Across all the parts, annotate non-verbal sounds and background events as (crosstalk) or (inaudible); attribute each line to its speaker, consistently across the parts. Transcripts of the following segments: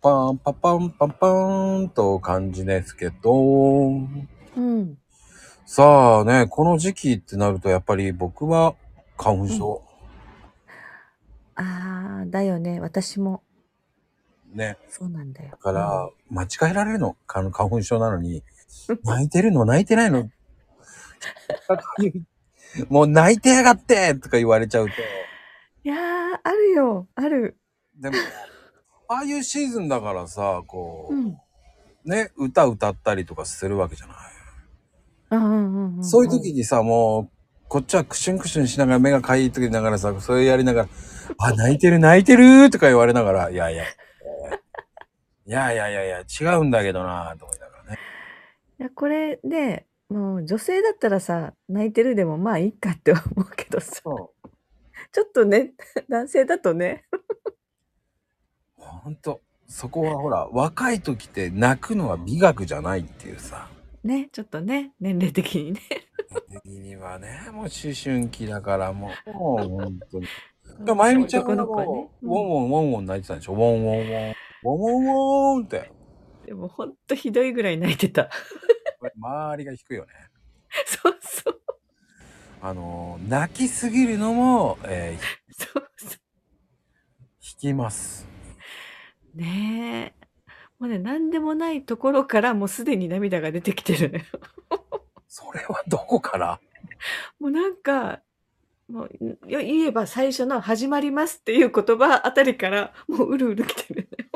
Speaker 1: パンパパンパンパーンと感じですけど、
Speaker 2: うん。
Speaker 1: さあね、この時期ってなるとやっぱり僕は花粉症、
Speaker 2: ああ、だよね。私も。
Speaker 1: ね。
Speaker 2: そうなんだよ。だ
Speaker 1: だから、間違えられるの。か花粉症なの
Speaker 2: (laughs)
Speaker 1: に。泣いてるの泣いてないの (laughs) もう泣いてやがってとか言われちゃうと。
Speaker 2: いやー、あるよ。ある。
Speaker 1: でも、ああいうシーズンだからさ、こう、
Speaker 2: ん。
Speaker 1: ね、歌歌ったりとかするわけじゃない。
Speaker 2: うんうんうんうん。
Speaker 1: そういう時にさ、もう、こっちはクシュンクシュンしながら目がかゆい時ながらさ、それやりながら、あ、泣いてる泣いてるとか言われながら、いやいや、いやいやいやいや、違うんだけどなぁと思いながらね。
Speaker 2: いや、これね、もう女性だったらさ、泣いてるでもまあいいかって思うけどさ、
Speaker 1: そう。
Speaker 2: ちょっとね、 (laughs) 男性だとね。
Speaker 1: ほんと、そこはほら、若い時って泣くのは美学じゃないっていうさ。
Speaker 2: ね、ちょっとね、年齢的にね。
Speaker 1: 時にはね、もう思春期だからもう、もう本当に。でもまゆみちゃん
Speaker 2: 男
Speaker 1: が
Speaker 2: の子はね
Speaker 1: も。う、ウォ
Speaker 2: うん
Speaker 1: ンウォンウォンウォン泣いてたんでしょウォンウォンウォン。ウォンウォンウォンって。
Speaker 2: でもほんとひどいぐらい泣いてた。 (laughs)
Speaker 1: これ周りが引くよね。
Speaker 2: そうそう。
Speaker 1: あのー泣きすぎるのも、えーひ
Speaker 2: そうそ
Speaker 1: 引きます。
Speaker 2: う。ねえ。もうね、なんでもないところからもうすでに涙が出てきてるのよ。
Speaker 1: それはどこから
Speaker 2: もうなんか、もうよ言えば最初の始まりますっていう言葉あたりからもううるうる来てるね。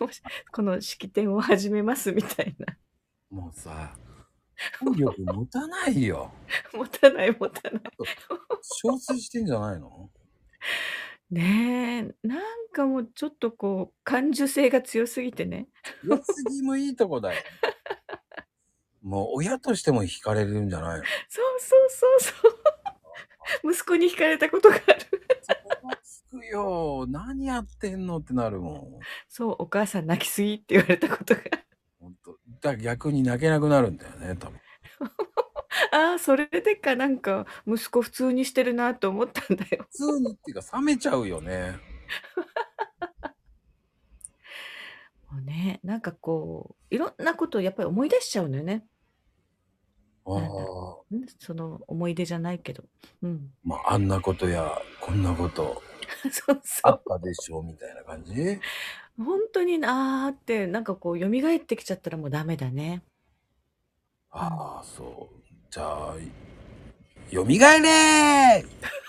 Speaker 2: もうこの式典を始めますみたいな。
Speaker 1: もうさ、本力持たないよ。
Speaker 2: 持たない持たない。
Speaker 1: 憔悴してんじゃないの
Speaker 2: ねえ、なんかもうちょっとこう感受性が強すぎてね。
Speaker 1: 良すぎもいいとこだよ。もう親としても惹かれるんじゃないの
Speaker 2: そうそうそうそう。息子に惹かれたことがある。
Speaker 1: そこはつくよ。何やってんのってなるもん。
Speaker 2: そう、お母さん泣きすぎって言われたことがある。
Speaker 1: ほんとだから逆に泣けなくなるんだよね、多分。
Speaker 2: ああ、それでかなんか息子普通にしてるなと思ったんだよ。
Speaker 1: 普通にっていうか冷めちゃうよね。
Speaker 2: もうね、なんかこういろんなことをやっぱり思い出しちゃうのよね。
Speaker 1: あ
Speaker 2: なんだ
Speaker 1: あ。
Speaker 2: んその思い出じゃないけど。うん。 (laughs)
Speaker 1: まあ、あんなことやこんなこと
Speaker 2: そうそ
Speaker 1: あ
Speaker 2: う。
Speaker 1: ったでしょうみたいな感じ
Speaker 2: 本当になあーってなんかこう蘇ってきちゃったらもうダメだね。
Speaker 1: ああそうじゃあ「よみがえれー!」